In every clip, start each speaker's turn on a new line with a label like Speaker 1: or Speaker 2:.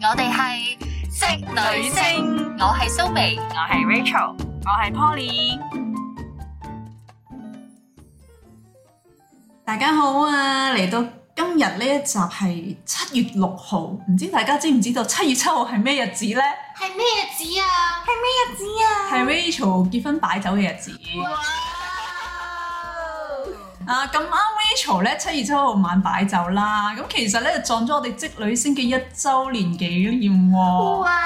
Speaker 1: 我哋係職
Speaker 2: 女聲
Speaker 1: 我係蘇眉，
Speaker 2: 我係 Rachel，我係 Poly。
Speaker 3: 大家好啊！嚟到今日呢一集係七月六號，唔知大家知唔知道七月七號係咩日子呢？
Speaker 1: 係咩日子啊？
Speaker 3: 係 Rachel 結婚擺酒嘅日子。啊，咁啱 Rachel 咧七月七號晚擺酒啦，咁其實咧撞咗我哋職女星嘅一週年紀念喎。
Speaker 2: 我
Speaker 1: 哇！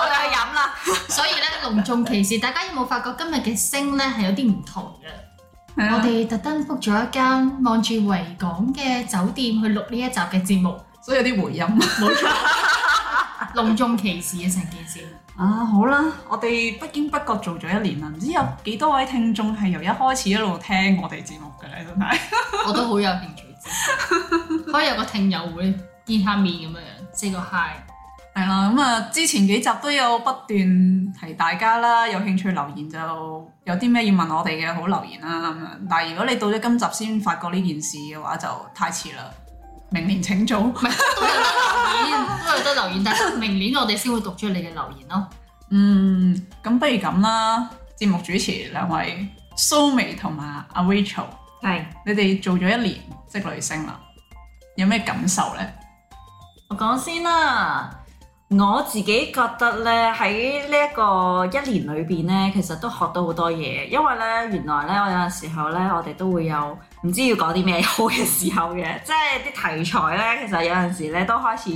Speaker 2: 哋去飲啦，
Speaker 1: 所以咧隆重其事，大家有冇發覺今日嘅星咧係有啲唔同嘅？
Speaker 3: 係
Speaker 1: 我
Speaker 3: 啊，
Speaker 1: 哋特登 book 咗一間望住維港嘅酒店去錄呢一集嘅節目，
Speaker 3: 所以有啲回音。
Speaker 1: 冇錯，隆重其事嘅成件事。
Speaker 3: 啊，好啦，我哋不經不覺做咗一年啦，唔知有幾多位聽眾係由一開始一路聽我哋節目嘅咧，真係。
Speaker 1: 我都好有興趣知，可以有個聽友會見下面咁樣樣，say 個 hi。
Speaker 3: 係啦，咁啊，之前幾集都有不斷提大家啦，有興趣留言就有啲咩要問我哋嘅，好留言啦咁樣。但係如果你到咗今集先發覺呢件事嘅話，就太遲啦。明年請早，
Speaker 1: 都有得留言，都有得留言，但係明年我哋先會讀出你嘅留言咯。
Speaker 3: 嗯，咁不如咁啦。節目主持兩位蘇眉同埋阿 Rachel，
Speaker 2: 係
Speaker 3: 你哋做咗一年職女聲啦，有咩感受呢？
Speaker 2: 我講先啦。我自己覺得咧，喺呢一個一年裏邊咧，其實都學到好多嘢，因為咧原來咧我有陣時候咧，我哋都會有唔知要講啲咩好嘅時候嘅，即係啲題材咧，其實有陣時咧都開始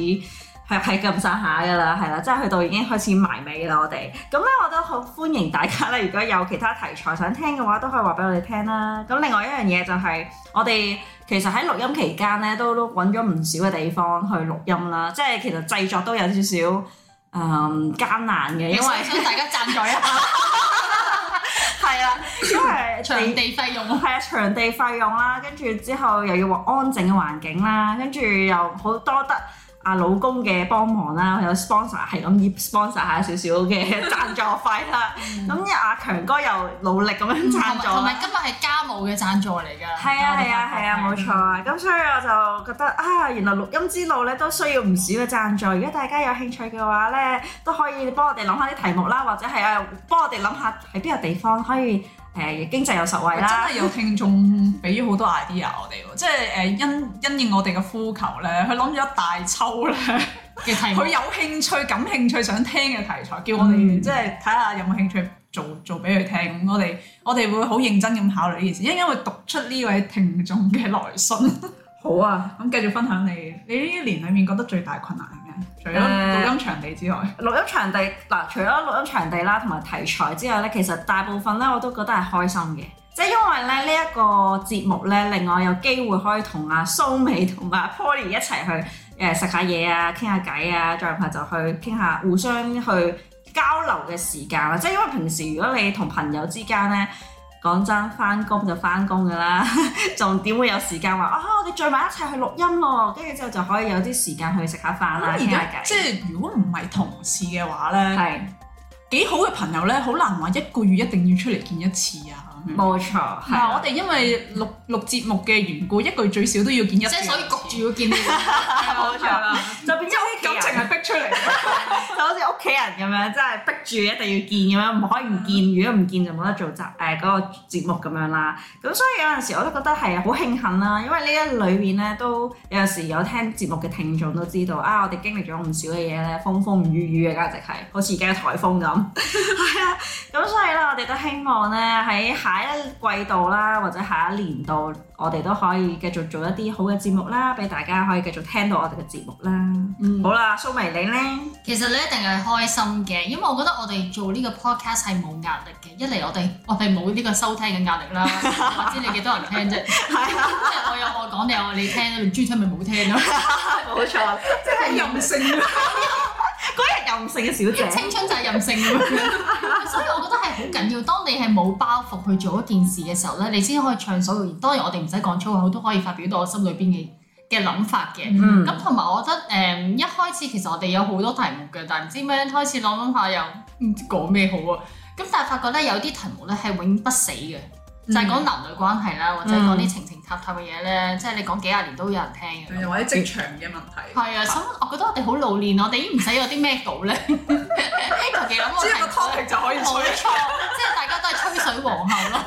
Speaker 2: 係係咁上下噶啦，係啦，即係去到已經開始埋尾啦，我哋咁咧我都好歡迎大家 咧，如果有其他題材想聽嘅話，都可以話俾我哋聽啦。咁另外一樣嘢就係、我哋。其實喺錄音期間咧，都都揾咗唔少嘅地方去錄音啦。即係其實製作都有少少誒、嗯、艱難嘅，因為
Speaker 1: 因為想大家贊助一下
Speaker 2: 係啦，因為
Speaker 1: 場地費用，
Speaker 2: 係啊，場地費用啦，跟住之後又要話安靜嘅環境啦，跟住又好多得阿老公嘅幫忙啦，有 sponsor 係咁要 sponsor 下少少 嘅贊助費啦。咁阿強哥又努力咁樣
Speaker 1: 嗯同
Speaker 2: 贊
Speaker 1: 埋
Speaker 2: 助
Speaker 1: 同
Speaker 2: 啦
Speaker 1: 埋。今日係家務嘅贊助嚟㗎。
Speaker 2: 係啊係啊係啊，冇錯。
Speaker 1: 嗯
Speaker 2: 啊！咁所以我就覺得啊，原來錄音之路咧都需要唔少嘅贊助。如果大家有興趣嘅話咧，都可以幫我哋諗下啲題目啦，或者係啊幫我哋諗下喺邊個地方可以誒、呃、經濟又實惠
Speaker 3: 真
Speaker 2: 啦。
Speaker 3: 係有啊聽眾俾咗好多 idea 我哋喎，即係誒因因應我哋嘅呼求咧，佢諗咗一大抽咧，
Speaker 1: 嘅題目
Speaker 3: 佢，有興趣、感興趣、想聽嘅題材，叫我哋、
Speaker 2: 嗯
Speaker 3: 即係睇下有冇興趣做做俾佢聽。咁我哋我哋會好認真咁考慮呢件事，一陣間會讀出呢位聽眾嘅來信。
Speaker 2: 好啊！
Speaker 3: 咁繼續分享你你呢一年裡面覺得最大困難係咩？除咗
Speaker 2: 誒
Speaker 3: 錄音場地之外，
Speaker 2: 錄音場地嗱，除咗錄音場地啦，同埋題材之外咧，其實大部分咧我都覺得係開心嘅，即係因為咧呢一個節目咧，令我有機會可以同阿蘇美 同埋阿 Poly 一齊去誒食下嘢啊，傾下偈啊，再唔係就去傾下互相去交流嘅時間啦。即係因為平時如果你同朋友之間咧。講真，翻工就翻工㗎啦， 仲點會有時間話啊？我哋聚埋一齊去錄音咯，跟住之後就可以有啲時間去食下飯
Speaker 3: 咁
Speaker 2: 啦，
Speaker 3: 而
Speaker 2: 傾下
Speaker 3: 家即
Speaker 2: 偈。
Speaker 3: 啊係如果唔係同事嘅話咧。
Speaker 2: 係。
Speaker 3: 幾好嘅朋友咧，好難話一個月一定要出嚟見一次啊。咁樣
Speaker 2: 冇錯，係
Speaker 3: 嗱，
Speaker 2: 啊
Speaker 3: 我哋因為錄錄節目嘅緣故，一個月最少都要見一
Speaker 1: 即
Speaker 3: 次，
Speaker 1: 係所以焗住要見你。 冇
Speaker 2: 冇錯啦，就變咗屋企
Speaker 3: 感情係
Speaker 2: 人，
Speaker 3: 逼出 嚟。
Speaker 2: 就好似屋企人咁樣，真係逼住一定要見咁樣，唔可以唔見。如果唔見就冇得做集誒嗰個節目咁樣啦。咁所以有陣時我都覺得係好慶幸啦，因為呢一裏面咧都有陣時有聽節目嘅聽眾都知道啊，我哋經歷咗唔少嘅嘢咧，風風雨雨嘅簡直係，好似而家嘅颱風咁。咁所以咧，我哋都希望咧喺下一季度啦，或者下一年度，我哋都可以繼續做一啲好嘅節目啦，俾大家可以繼續聽到我哋嘅節目啦。
Speaker 1: 嗯
Speaker 2: 好啦，蘇眉你咧，
Speaker 1: 其實你一定係開心嘅，因為我覺得我哋做呢個 podcast 係冇壓力嘅。一嚟我哋 我哋冇呢個收聽嘅壓力 啦，我知你幾多人聽啫。
Speaker 2: 啊
Speaker 1: 即係我有我講，你有你聽，你唔中意聽咪冇聽咯。
Speaker 2: 冇錯，即係任
Speaker 3: 性
Speaker 2: 嗰日任性嘅小姐，
Speaker 1: 青春就係任性咁 樣，所以我覺得係好緊要。當你係冇包袱去做一件事嘅時候咧，你先可以暢所欲言。當然我哋唔使講粗口，都可以發表到我心裏邊嘅嘅諗法嘅。
Speaker 2: 嗯，
Speaker 1: 咁同埋我覺得誒、嗯一開始其實我哋有好多題目嘅，但唔知咩開始諗諗下又唔知講咩好啊。咁但係發覺咧有啲題目咧係永不死嘅，
Speaker 3: 嗯
Speaker 1: 就係講男女關係啦，或者講啲情情塔塔嘅嘢咧，即係你講幾廿年都有人聽嘅。
Speaker 3: 又或者職場嘅問題，
Speaker 1: 係啊，咁我覺得我哋好老練，我哋已經唔使有啲咩稿咧，求其 諗個
Speaker 3: 只
Speaker 1: 題
Speaker 3: 要個 topic 就可以
Speaker 1: 冇
Speaker 3: 吹。
Speaker 1: 錯，即係大家都係吹水皇后咯。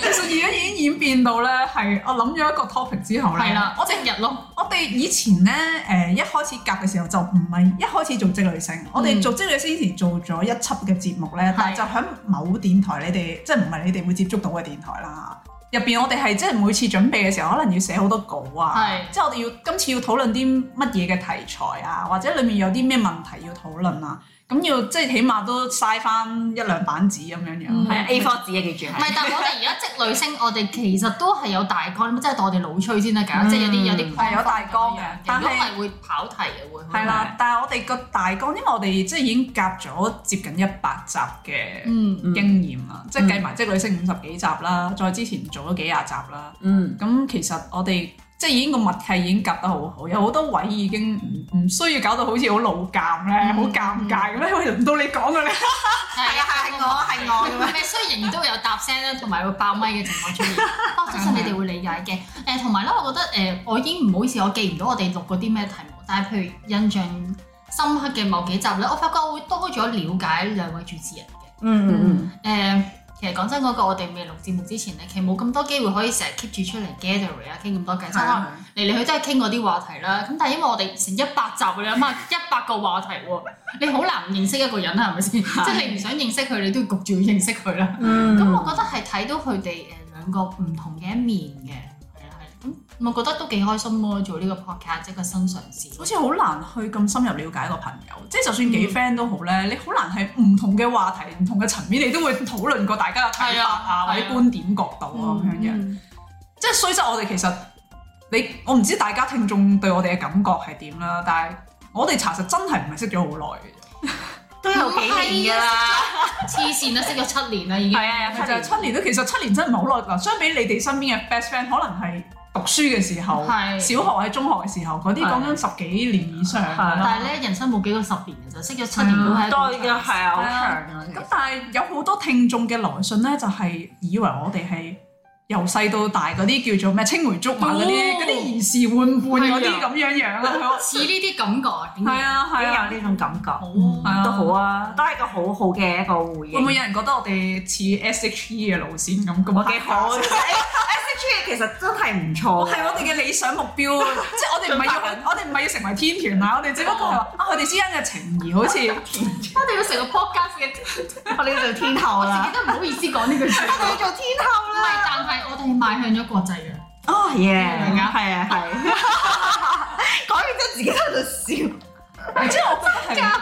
Speaker 3: 其實而家已經演變到咧，係我諗咗一個 topic 之後咧，
Speaker 1: 係啦，我正日咯，
Speaker 3: 我哋以前咧，誒、一開始夾嘅時候就唔係一開始做職女聲，我
Speaker 1: 嗯
Speaker 3: 哋做職女聲以前做咗一輯嘅節目咧，但係就喺某電台，你哋即係唔係你哋會接觸到嘅電台啦。入邊我哋係即係每次準備嘅時候，可能要寫好多稿啊，
Speaker 1: 係
Speaker 3: 即係我哋要今次要討論啲乜嘢嘅題材啊，或者裡面有啲咩問題要討論啊，咁要即係起碼都嘥翻一兩版紙咁樣樣。
Speaker 1: 嗯
Speaker 2: 係啊 A 4紙嘅記住
Speaker 1: 唔
Speaker 2: 係。
Speaker 1: 係，但係我哋而家職女聲，我哋其實都係有大綱，即係當我哋腦吹先得㗎，即係有啲有啲
Speaker 3: 係有大綱嘅但
Speaker 1: 如
Speaker 3: 係
Speaker 1: 果唔係會跑題嘅會。
Speaker 3: 係啦，但係我哋個大綱，因為我哋即係已經夾咗接近一百集嘅
Speaker 1: 嗯，
Speaker 2: 嗯
Speaker 3: 經驗啦，即係計埋即係女星五十幾集啦，再之前做咗幾廿集啦。
Speaker 2: 嗯，
Speaker 3: 咁其實我哋即係已經個默契已經夾得好好，有好多位已經唔唔需要搞到好似好老尷咧，
Speaker 1: 嗯
Speaker 3: 好尷尬咁咧，喂輪到你講嘅咧。
Speaker 1: 係唔係，雖然亦都會有搭聲啦，同埋會爆咪嘅情況出現。不過相信你哋會理解嘅。誒，同埋咧，我覺得誒、我已經唔好意思，我記唔到我哋錄過啲咩題目，但係譬如印象深刻嘅某幾集咧，我發覺我會多咗了解兩位主持人嘅。
Speaker 2: 嗯
Speaker 1: 誒、其實講真嗰、個，我哋未錄節目之前咧，其實冇咁多機會可以成日 keep 住出嚟 gathering 啊，傾咁多偈，即係可能嚟嚟去都係傾嗰啲話題啦。咁但係因為我哋成一百集，你諗 下一百個話題喎，你好難唔認識一個人啊，係咪先？即係你唔想認識佢，你都要焗住要認識佢啦。
Speaker 2: 嗯
Speaker 1: 咁、我覺得係睇到佢哋誒兩個唔同嘅一面嘅，係啦係啦。咁我覺得都幾開心咯，做呢個 podcast 即係個新嘗
Speaker 3: 好
Speaker 1: 試。
Speaker 3: 似好難去咁深入了解一個朋友，即係就算幾
Speaker 1: 嗯
Speaker 3: friend 都好咧，你好難係唔同嘅話題、唔同嘅層面，你都會討論過大家嘅睇
Speaker 1: 係
Speaker 3: 法
Speaker 1: 啊嗯
Speaker 3: 啊，或者
Speaker 1: 係啊
Speaker 3: 觀點角度啊咁樣嘅。
Speaker 2: 嗯
Speaker 3: 即係雖則我哋其實你我唔知大家聽眾對我哋嘅感覺係點啦，但係我哋查實真係唔係識咗好耐嘅
Speaker 2: 都有幾年㗎 啦，
Speaker 1: 黐線啦，識咗七年啦已經。
Speaker 2: 係啊，
Speaker 3: 啫，就係
Speaker 2: 有七
Speaker 3: 七年都其實七年真係唔係好耐嗱。相比你哋身邊嘅 best friend，可能係讀書嘅時候、
Speaker 1: 係
Speaker 3: 小學或者中學嘅時候嗰啲，
Speaker 2: 係
Speaker 3: 講緊十幾年以上
Speaker 2: 係
Speaker 3: 啦。
Speaker 1: 但係咧，人生冇幾個十年嘅就識咗七年都係一
Speaker 2: 年
Speaker 1: 個
Speaker 2: 多嘅係啊，好
Speaker 3: 係
Speaker 2: 長
Speaker 3: 啊
Speaker 2: 啊。其實
Speaker 3: 咁但係有好多聽眾嘅來信咧，就係、以為我哋係由細到大嗰啲叫做咩青梅竹馬嗰啲
Speaker 1: 哦
Speaker 3: 嗰啲兒時玩伴嗰啲
Speaker 1: 係
Speaker 3: 咁樣樣啦。
Speaker 1: 似呢啲感覺啊，點解
Speaker 3: 係啊係啊，
Speaker 2: 都有呢種感覺，
Speaker 1: 哦
Speaker 3: 係啊
Speaker 2: 都好啊，都係一個好好嘅一個回
Speaker 3: 會唔
Speaker 2: 應
Speaker 3: 會。有人覺得我哋似 SHE 嘅路線咁咁
Speaker 2: 我幾好
Speaker 3: 黑
Speaker 2: 嘅
Speaker 3: 格
Speaker 2: ，S H E 其實真係唔錯
Speaker 3: 哦係我
Speaker 2: 嘅。
Speaker 3: 哋嘅理想目 標，即係我哋唔係要去，我哋唔係要成為天團啊！我哋只不過係話啊，佢哋之間嘅情誼好似
Speaker 1: 我哋要成個 podcast 嘅，自己
Speaker 2: 我哋要做天后啦，
Speaker 1: 啊都唔好意思講呢句説
Speaker 2: 我哋
Speaker 1: 話。
Speaker 2: 要做天后
Speaker 1: 唔
Speaker 2: 啦。
Speaker 1: 係，但係我哋係邁向咗國際嘅。
Speaker 2: 哦耶，
Speaker 1: 明唔明啊
Speaker 2: 係啊係。 講完之後自己喺度笑。
Speaker 3: 即係我覺得係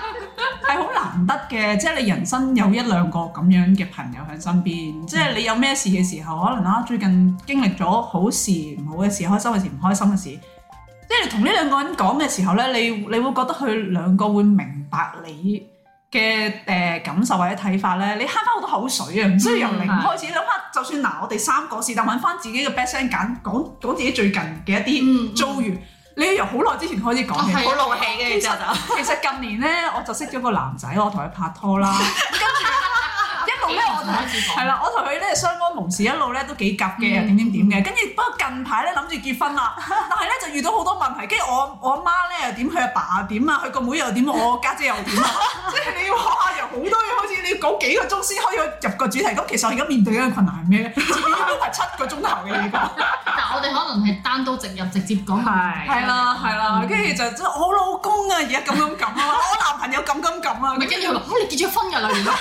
Speaker 3: 係好難得嘅，即係你人生有一兩個咁樣嘅朋友喺身邊，即係你有咩事嘅時候，可能啊最近經歷咗好事、唔好嘅事、開心嘅事、唔開心嘅事，即係你同呢兩個人講嘅時候咧，你你會覺得佢兩個會明白你。嘅誒、感受或者睇法咧，你慳翻好多口水啊！唔需要由零
Speaker 1: 嗯係
Speaker 3: 開始，你諗下，就算嗱，我哋三個是但揾翻自己嘅 best friend 揀講講自己最近嘅一
Speaker 1: 嗯嗯
Speaker 3: 啲遭遇，你要由好耐之前開始講
Speaker 1: 啊
Speaker 3: 嘅
Speaker 1: 係。
Speaker 2: 好怒氣嘅，然之後就
Speaker 3: 其實近年咧，我就識咗個男仔，我同佢拍拖啦，一路咧我同佢
Speaker 1: 開 始
Speaker 3: 係
Speaker 1: 講，
Speaker 3: 啦，我同佢咧相安無事，一路咧都幾夾嘅，點點點嘅。跟住不過近排咧諗住結婚啦，但係咧就遇到好多問題，跟住我我阿媽咧又點，佢阿爸又點啊，佢個妹又點，我家姐又 點啊，即係你要學下由好多嘢開始，你要講幾個鐘先可以入個主題。咁其實我而家面對緊嘅困難係咩咧？前面應該係七個鐘頭嘅嘢講。
Speaker 1: 但係我哋可能係單刀直入，直接講。
Speaker 2: 係
Speaker 3: 係啦係啦，跟住就即係我老公啊，而家咁咁咁啊，我男朋友咁咁咁啊
Speaker 1: 咪。跟住佢話：哦，你結咗婚㗎啦，原來。哦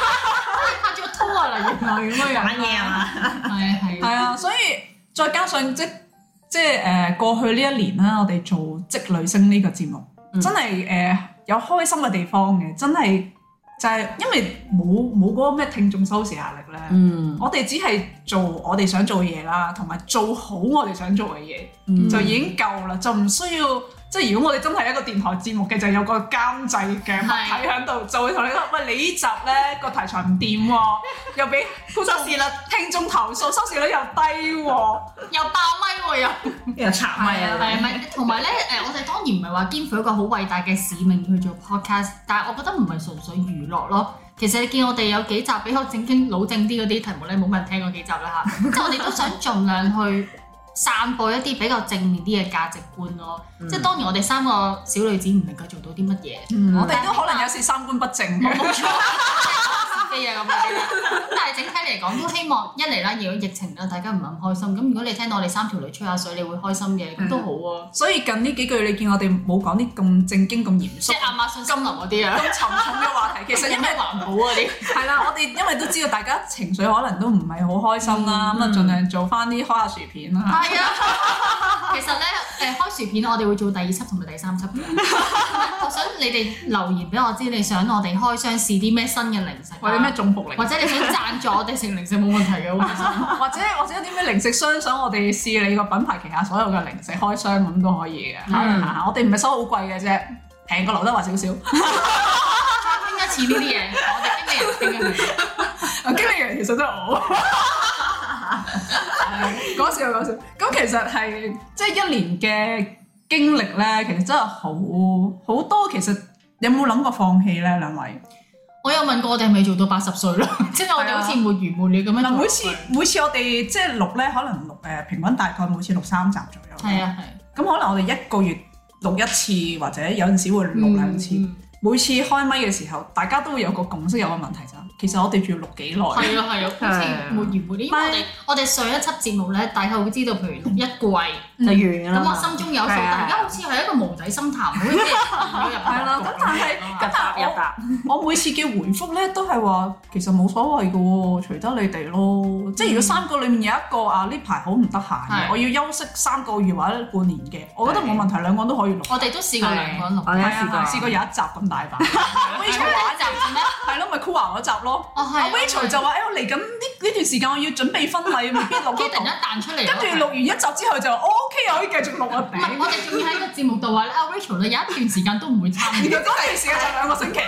Speaker 1: 你拍咗個拖啊啦，原來咁樣樣。
Speaker 2: 玩嘢啊嘛。
Speaker 1: 係係。
Speaker 3: 係啊，所以再加上即即誒、呃、過去呢一年啦，我哋做職女星呢個節目，
Speaker 2: 嗯
Speaker 3: 真係誒、呃有開心嘅地方嘅，真係就係、因為冇冇嗰個咩聽眾收視壓力咧，
Speaker 2: 嗯
Speaker 3: 我哋只係做我哋想做嘅嘢啦，同埋做好我哋想做嘅嘢、
Speaker 2: 嗯
Speaker 3: 就已經夠啦，就唔需要即係如果我哋真係一個電台節目嘅，就有個監製嘅物體喺度，就會同你講：喂，你呢集咧個題材唔掂喎，又俾收視率聽眾投訴，收視率又低喎。
Speaker 1: 又爆咪喎又。
Speaker 2: 又插咪
Speaker 3: Ờ,
Speaker 1: 係
Speaker 2: 啊！
Speaker 1: 係咪？同埋咧，誒，我哋當然唔係話肩負一個好偉大嘅使命去做 podcast，但係我覺得唔係純粹娛樂咯。其實你見我哋有幾集比較正經、老正啲嗰啲題目咧，冇乜人聽過幾集啦嚇。即係我哋都想盡量去散播一啲比較正面啲嘅價值觀咯。即係當然我哋三個小女子唔能夠做到啲乜嘢，
Speaker 3: 我哋都可能有時三觀不正
Speaker 1: 嗯
Speaker 3: 嘅。
Speaker 1: 是非啊咁嗰啲咧。咁但係整體嚟講，都希望一嚟啦，如果疫情啦，大家唔係咁開心。咁如果你聽到我哋三條女吹下水，你會開心嘅，咁都好啊。
Speaker 3: 所以近呢幾句你見我哋冇講啲咁正經、咁嚴
Speaker 1: 即
Speaker 3: 肅
Speaker 1: 係、亞馬遜森林嗰啲啊
Speaker 3: 咁。沉重嘅話題，其實因為
Speaker 1: 環保啊啲，
Speaker 3: 係啦，我哋因為都知道大家情緒可能都唔係好開心啦，咁啊盡量做翻啲開下薯片啦。
Speaker 1: 係啊。其實咧，誒開薯片我哋會做第二輯同埋第三輯嘅。我想你哋留言俾我知，你想我哋開箱試啲咩新嘅零食啊，
Speaker 3: 或者咩中伏
Speaker 1: 或
Speaker 3: 零，
Speaker 1: 者你想贊助我哋食零食冇問題嘅，我其 實
Speaker 3: 或者或者有啲咩零食商想我哋試你個品牌旗下所有嘅零食開箱咁都可以嘅。
Speaker 2: 嗯
Speaker 3: 嚇我哋唔係收好貴嘅啫，平過劉德華少 少。
Speaker 1: 再傾一次呢啲嘢，我哋經理人傾嘅佢。
Speaker 3: 啊經理人其實都係我。 講笑講笑，咁其實係即係一年嘅經歷咧，其實真係好好多。其實有冇諗過放棄咧？兩位
Speaker 1: 我有問過我哋係咪做到八十歲咯，即係我啊哋好似沒完沒了咁樣
Speaker 3: 嗱，
Speaker 1: 做。
Speaker 3: 每次每次我哋即係錄咧，可能錄誒平均大概每次錄三集左右。
Speaker 1: 係。啊係，
Speaker 3: 咁可能我哋一個月錄一次，或者有陣時會錄兩次。
Speaker 1: 嗯
Speaker 3: 每次開咪嘅時候，大家都會有個共識，有個問題就係其實我哋仲要錄幾耐？
Speaker 1: 係啊係啊，好似沒完沒了。因為我哋我哋上一輯節目咧，大家會知道，譬如錄一季。
Speaker 2: 就完㗎
Speaker 1: 咁
Speaker 2: 啦
Speaker 1: 我
Speaker 2: 嘛。
Speaker 1: 心中有數，
Speaker 2: 係啊
Speaker 1: 但而家好似係一個無底深潭，好似咩入哦
Speaker 3: 係啦，咁但係
Speaker 2: 入
Speaker 3: 咁但係
Speaker 2: 答
Speaker 3: 我
Speaker 2: 入答，
Speaker 3: 我每次嘅回覆咧都係話其實冇所謂嘅喎，隨得你哋咯。即係如果三個裡面有一個啊呢排好唔得閒嘅，
Speaker 1: 嗯係
Speaker 3: 我要休息三個月或者半年嘅，我覺得冇問題，兩個人都可以錄。
Speaker 1: 我哋都試過兩個人錄，
Speaker 2: 我哋
Speaker 3: 係啊，試
Speaker 2: 試
Speaker 3: 過
Speaker 2: 過
Speaker 3: 有一集咁大 把
Speaker 1: Rachel
Speaker 3: ，Rachel
Speaker 1: 玩集嘅咩？
Speaker 3: 係咯，咪 Kua 嗰集咯。
Speaker 1: 哦係
Speaker 3: 阿
Speaker 1: 啊
Speaker 3: Rachel 就話：哎誒，我嚟緊呢呢段時間我要準備婚禮，未必錄
Speaker 1: 跟住突
Speaker 3: 得到。
Speaker 1: 然間彈出嚟，
Speaker 3: 跟住錄。完一集之後就話：我 OK 啊，可以繼續錄啊。
Speaker 1: 唔係，
Speaker 3: 頂
Speaker 1: 我哋仲要喺個節目度話咧，阿 Rachel 咧有一段時間都唔會參 與
Speaker 3: 原。來嗰段時間就兩個星期。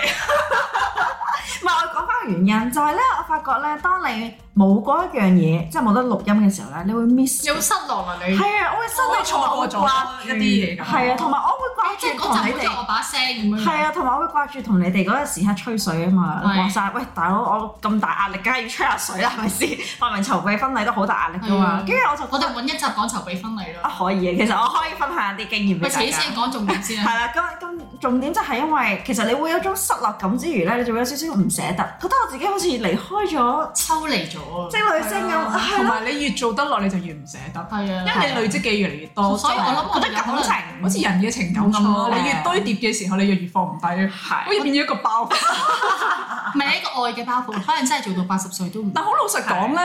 Speaker 2: 唔係我講翻個原因，就係咧，我發覺咧，當你冇嗰一樣嘢，即係冇得錄音嘅時候咧，你會 miss
Speaker 1: 你。好失落啊你！
Speaker 2: 係啊，我會心
Speaker 3: 我會
Speaker 2: 裏
Speaker 3: 錯過咗一啲嘢咁
Speaker 2: 係啊，同埋我會掛
Speaker 1: 即係
Speaker 2: 住
Speaker 1: 嗰
Speaker 2: 同
Speaker 1: 集
Speaker 2: 你
Speaker 1: 好似
Speaker 2: 哋。
Speaker 1: 我把聲咁樣。
Speaker 2: 係啊，同埋我會掛住同你哋嗰陣時刻吹水啊嘛，
Speaker 1: 係
Speaker 2: 話晒喂大佬，我咁大壓力，梗係要吹下水啦，係咪先？話明籌備婚禮都好大壓力噶嘛，
Speaker 1: 嗯
Speaker 2: 跟住我就
Speaker 1: 我
Speaker 2: 覺
Speaker 1: 哋
Speaker 2: 得
Speaker 1: 揾一集講籌備婚禮
Speaker 2: 啊
Speaker 1: 咯。
Speaker 2: 可以嘅，其實我可以分享啲經驗
Speaker 1: 咪
Speaker 2: 俾
Speaker 1: 扯
Speaker 2: 大家。
Speaker 1: 先講重點先
Speaker 2: 係
Speaker 1: 啊！
Speaker 2: 啦，咁咁重點就係因為其實你會有種失落感之餘咧，你仲會有少少唔捨得，覺得我自己好似離開咗
Speaker 1: 抽離咗啊！
Speaker 2: 職女星咁，係
Speaker 3: 同
Speaker 2: 啦，
Speaker 3: 埋你越做得耐，你就越唔捨得。
Speaker 1: 係啊，
Speaker 3: 因為你累積嘅越嚟越多，
Speaker 1: 所以我諗我
Speaker 2: 覺
Speaker 1: 哋
Speaker 2: 得
Speaker 1: 有可
Speaker 2: 感
Speaker 1: 能
Speaker 2: 情
Speaker 3: 好似人嘅情感咁
Speaker 1: 冇
Speaker 3: 咯，
Speaker 1: 錯
Speaker 3: 你越堆疊嘅時候，你就越放唔低，好
Speaker 2: 係
Speaker 3: 似變咗一個包袱。
Speaker 1: 唔係一個愛嘅包袱，可能真係做到八十歲都唔。
Speaker 3: 但好老實講咧，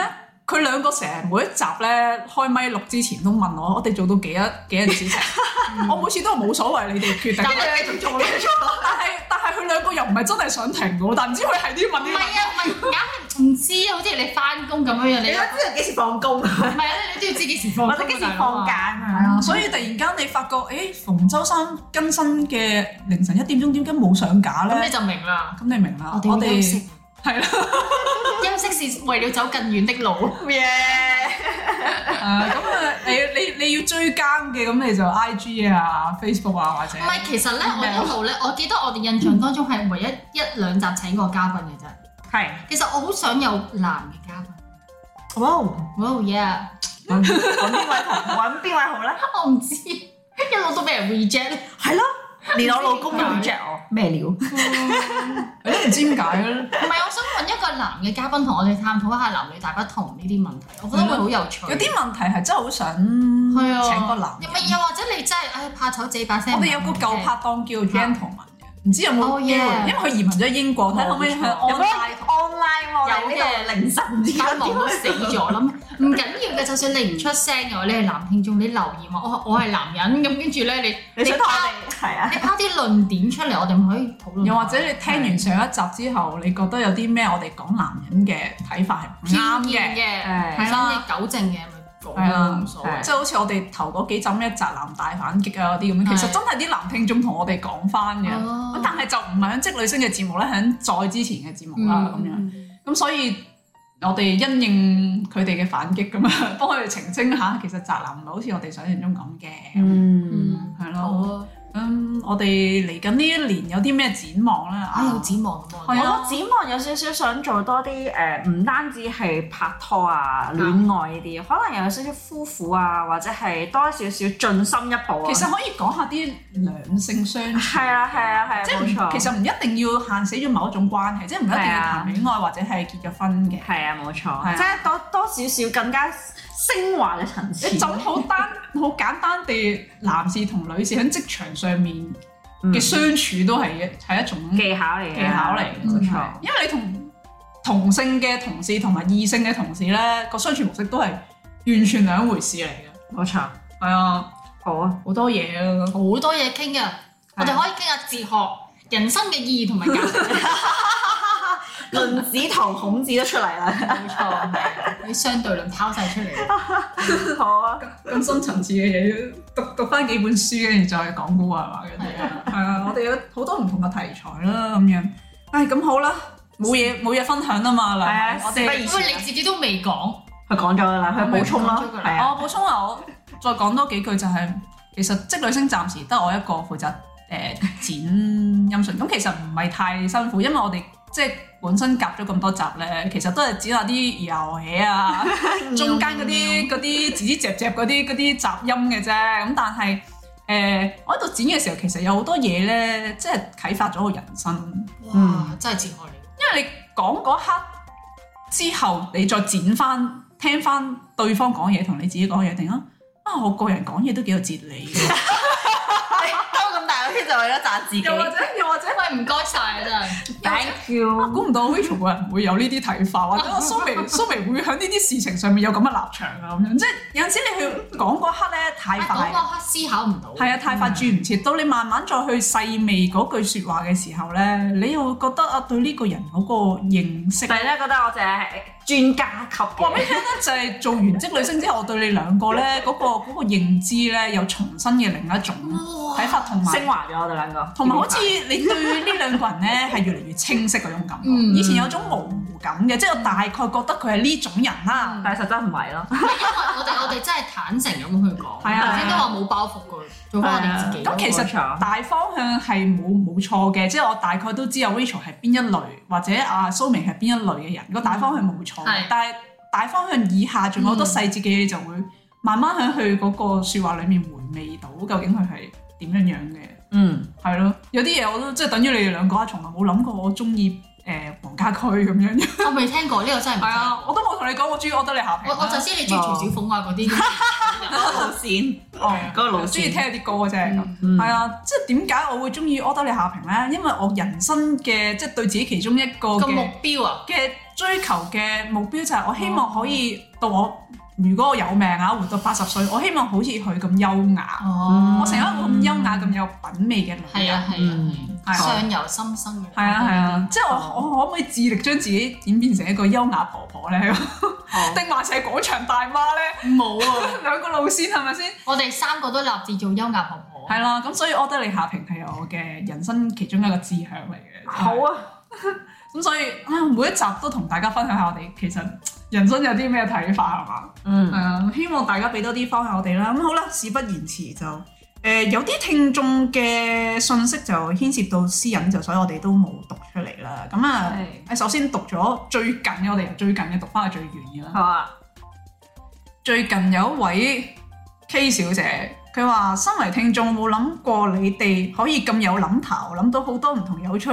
Speaker 3: 佢兩個成日每一集咧開咪錄之前都問我，我哋做到幾多幾多小時？我每次都話冇所謂，你哋決定。
Speaker 1: 但
Speaker 3: 但
Speaker 1: 係
Speaker 2: 繼續做，繼續做。
Speaker 3: 係但係佢兩個又唔係真係想停嘅喎，但唔知佢係啲問
Speaker 1: 唔
Speaker 3: 啲問。
Speaker 1: 係啊，唔係硬係唔知，啊好似你翻工咁樣樣，你
Speaker 2: 你都知道幾時放工，
Speaker 1: 唔係啊，你都要知幾時放工
Speaker 2: 或
Speaker 1: 啊
Speaker 2: 者幾時放。假
Speaker 3: 係
Speaker 2: 啊？
Speaker 3: 啊，所以突然間你發覺，誒逢周三更新嘅凌晨一點鐘點解冇上架
Speaker 1: 大佬啊咁
Speaker 3: 咧
Speaker 1: 你？就明啦。
Speaker 3: 咁你明啦，
Speaker 1: 我哋要休息，
Speaker 3: 係啦。
Speaker 1: 休息是為了走更遠的 路。
Speaker 2: Dạ. 耶！
Speaker 3: 啊，咁啊，你你你要追更嘅，咁你就 I G 啊、Facebook 啊或者
Speaker 1: 唔係，其實咧，我一路咧，我記得我哋印象當中係唯一一兩集請過嘉賓嘅啫。
Speaker 2: 係，
Speaker 1: 其實我好想有男嘅嘉賓。
Speaker 2: 哇！
Speaker 1: 哦 yeah，
Speaker 2: 揾邊位好？揾邊位好咧？
Speaker 1: 我唔知，一路都俾人 reject。
Speaker 2: 係咯，連我老公都 reject 我，咩料？
Speaker 3: 你唔知點解咧？
Speaker 1: 唔係，我想揾一個男嘅嘉賓同我哋探討一下男女大不同呢啲問題，我覺得會好有趣。
Speaker 3: 有啲問題係真係好想
Speaker 1: 係啊，
Speaker 3: 請個男
Speaker 1: 又咪
Speaker 3: 人。
Speaker 1: 又或者你真係唉怕醜自己把聲唔
Speaker 3: 我
Speaker 1: 好
Speaker 3: 哋
Speaker 1: 聽。
Speaker 3: 有個舊拍檔叫 Gentleman 嘅，唔知有冇
Speaker 1: Oh,
Speaker 3: 機會？因
Speaker 1: yeah
Speaker 3: 為佢移民咗英國，睇後尾向
Speaker 2: 有咩
Speaker 3: online。
Speaker 2: online 喎？
Speaker 1: 有嘅
Speaker 2: 你呢度凌晨之間
Speaker 1: 但忙都死咗啦，唔緊要嘅。就算你唔出聲嘅話，你係男聽眾，你留言話哦我我係男人咁，跟住咧 你
Speaker 2: 你想同我
Speaker 1: 拋
Speaker 2: 哋係啊？
Speaker 1: 你拋啲論點出嚟，我哋咪可以討論下。
Speaker 3: 又或者你聽完上一集之後，你覺得有啲咩我哋講男人嘅睇法係唔啱
Speaker 1: 偏見
Speaker 3: 嘅？
Speaker 1: 嘅，
Speaker 2: 係
Speaker 1: 係
Speaker 3: 係啦
Speaker 1: 啦，糾正嘅咪講
Speaker 3: 係
Speaker 1: 啦，
Speaker 3: 啊
Speaker 1: 冇所謂。
Speaker 3: 即係好似我哋頭嗰幾集咩宅男大反擊啊嗰啲咁樣，
Speaker 1: 係
Speaker 3: 其實真係啲男聽眾同我哋講翻嘅，
Speaker 1: 哦
Speaker 3: 但係就啊唔係喺職女星嘅節目咧，喺再之前嘅節目
Speaker 1: 嗯
Speaker 3: 啦咁樣。咁所以我哋因應佢哋嘅反擊咁樣， 幫佢哋澄清下，其實宅男唔係好似我哋想象中咁嘅，
Speaker 2: 嗯，
Speaker 1: 嗯，
Speaker 3: 係
Speaker 1: 好
Speaker 3: 咯。
Speaker 1: 啊，
Speaker 3: 咁我哋嚟緊呢一年有啲咩展望咧？
Speaker 1: 啊有展望咁
Speaker 2: 我
Speaker 1: 啊
Speaker 3: 係啊
Speaker 2: 展望有少少想做多啲誒，唔單止係拍拖啊、戀愛呢啲，可能有少少夫婦啊，或者係多少少進深一步啊。
Speaker 3: 其實可以講下啲兩性相處。
Speaker 2: 係啊，係啊，係啊，
Speaker 3: 即係
Speaker 2: 冇錯
Speaker 3: 唔其實唔一定要限死咗某一種關係，即係唔一定要
Speaker 2: 係啊
Speaker 3: 談戀愛或者係結咗婚嘅。
Speaker 2: 係啊，冇
Speaker 3: 啊
Speaker 2: 錯，即係多多少少更加升華嘅層次。
Speaker 3: 你就好單 好簡單地，男士同女士喺職場上面
Speaker 2: 嗯
Speaker 3: 嘅相處都係一係一種技
Speaker 2: 技巧嚟嘅，
Speaker 3: 巧嚟嘅，
Speaker 2: 冇
Speaker 3: 真
Speaker 2: 錯
Speaker 3: 係。因為你同同性嘅同事同埋異性嘅同事咧，個相處模式都係完全兩回事嚟嘅。
Speaker 2: 冇錯，
Speaker 3: 係啊，
Speaker 2: 好啊，
Speaker 3: 好多嘢啊！
Speaker 1: 好多嘢傾嘅，我哋可以傾下哲學、人生嘅意義同埋價 值。
Speaker 2: 論子同孔子都出嚟啦，
Speaker 1: 冇錯，你相對論拋晒 出嚟。
Speaker 2: 好啊，
Speaker 3: 咁深層次嘅嘢，讀讀翻幾本書，跟住再講古話話嗰啲 啊，係啊，我哋有好多唔同嘅題材啦，咁樣。唉，咁好啦，冇嘢冇嘢分享啊嘛，
Speaker 2: 係啊
Speaker 3: 嗱，我哋
Speaker 2: 事不宜
Speaker 1: 喂，你自己都未講，
Speaker 2: 佢講咗噶啦，佢補充啦
Speaker 1: 佢講咗，㗎啦
Speaker 2: 係啊，
Speaker 3: 我哦補充下，我再講多幾句就係、其實職女星暫時得我一個負責誒、呃剪音訊，咁其實唔係太辛苦，因為我哋即係本身夾咗咁多集咧，其實都係剪下啲遊戲啊， 中間嗰
Speaker 2: 嗯
Speaker 3: 啲嗰啲指指嚼嚼嗰啲嗰啲雜音嘅啫，咁但係。誒、我喺度剪嘅時候，其實有好多嘢咧，即係啟發咗我人生。
Speaker 2: 嗯
Speaker 1: 哇，真係哲學嚟。
Speaker 3: 因為你講嗰刻之後，你再剪翻聽翻對方講嘢同你自己講嘢，定啊啊我個人講嘢都幾有哲理嘅，
Speaker 2: 兜咁大個圈就為咗賺自己
Speaker 3: 又或者又或者
Speaker 1: 喂，唔該晒啊，真係。
Speaker 2: ，thank
Speaker 3: 啊
Speaker 2: you，
Speaker 3: 估唔到 Rachel 個人會有呢啲睇法，或者我蘇 眉蘇眉會喺呢啲事情上面有咁嘅立場啊咁樣，即係有陣時你去講嗰刻咧太
Speaker 1: 講
Speaker 3: 快。
Speaker 1: 哎嗰刻思考唔到。嗯
Speaker 3: 係啊，太快轉唔切，到你慢慢再去細味嗰句説話嘅時候咧，你又會覺得啊，對呢個人嗰個認識
Speaker 2: 但係咧覺得我就係專家級
Speaker 3: 話俾
Speaker 2: 嘅，
Speaker 3: 你聽咧，就係做完職女星之後，我對你兩個咧嗰、個嗰、個認知咧，有重新嘅另一種
Speaker 1: 哇
Speaker 3: 睇法，同
Speaker 2: 升
Speaker 3: 埋
Speaker 2: 華咗我哋兩個，
Speaker 3: 同埋好似你對呢兩個人咧係越嚟越清晰嗰種感覺。
Speaker 1: 嗯
Speaker 3: 以前有種模糊感嘅，即係我大概覺得佢係呢種人啦。
Speaker 2: 但係實質唔係咯，
Speaker 1: 因為我哋我哋真係坦誠咁去講，
Speaker 3: 係啊
Speaker 1: 頭先都話冇包袱㗎，做翻我哋自己。
Speaker 3: 咁其
Speaker 2: 冇
Speaker 3: 實
Speaker 2: 錯
Speaker 3: 大方向係冇冇錯嘅，即係我大概都知阿 Rachel 係邊一類，或者阿蘇明係邊一類嘅人，個大方向冇錯
Speaker 1: 係
Speaker 3: 嘅。但係大方向以下仲有好多細節嘅嘢，就會慢慢喺佢嗰個説話裡面回味到究竟佢係點樣樣嘅。
Speaker 2: 嗯，
Speaker 3: 係咯，有啲嘢我都即係等於你哋兩個啊，從來冇諗過我中意誒黃家駒咁樣。
Speaker 1: 我未聽過呢個真係
Speaker 3: 係
Speaker 1: 唔知。
Speaker 3: 啊，我啊都冇同你講我中意柯德莉夏萍
Speaker 1: 我
Speaker 3: 啦。
Speaker 1: 我就知你中意徐小鳳啊嗰啲。
Speaker 2: 路線，
Speaker 3: 哦
Speaker 2: 嗰個路
Speaker 3: 中意
Speaker 2: 線
Speaker 3: 聽，佢啲歌啫咁。
Speaker 2: 嗯
Speaker 3: 係，啊，即係點解我會中意柯德莉夏萍咧？因為我人生嘅即係對自己其中一 個
Speaker 1: 個目
Speaker 3: 嘅
Speaker 1: 標啊，
Speaker 3: 嘅追求嘅目標就係我希望可以到我如果我有命啊，活到八十歲，我希望好似佢咁優雅，
Speaker 1: 哦
Speaker 3: 我成日一個咁優雅、咁有品味嘅女
Speaker 1: 係
Speaker 3: 人。
Speaker 1: 啊係啊
Speaker 2: 嗯，
Speaker 1: 係
Speaker 3: 係
Speaker 1: 啊，
Speaker 3: 啊
Speaker 1: 相由心生嘅。
Speaker 3: 係啊係啊，即係
Speaker 2: 哦
Speaker 3: 我我可唔可以致力將自己演變成一個優雅婆婆咧？
Speaker 2: 好
Speaker 3: 定還是係廣場大媽咧？
Speaker 1: 冇啊！
Speaker 3: 兩個路線係咪先？
Speaker 1: 我哋三個都立志做優雅婆婆。
Speaker 3: 係啦，咁所以柯德莉夏萍係我嘅人生其中一個志向嚟嘅。
Speaker 2: 好啊，
Speaker 3: 咁所以啊，每一集都同大家分享下我哋其實人生有啲咩睇法係嘛？係
Speaker 2: 嗯，
Speaker 3: 啊、希望大家俾多啲方向我哋啦。咁好啦，事不宜遲就誒、呃有啲聽眾嘅信息就牽涉到私隱，就所以我哋都冇讀出嚟啦。咁啊，誒首先讀咗最近嘅，我哋由最近嘅讀翻去最遠嘅啦。
Speaker 2: 好啊，
Speaker 3: 最近有一位 K 小姐，佢話：身為聽眾，冇諗過你哋可以咁有諗頭，諗到好多唔同有趣、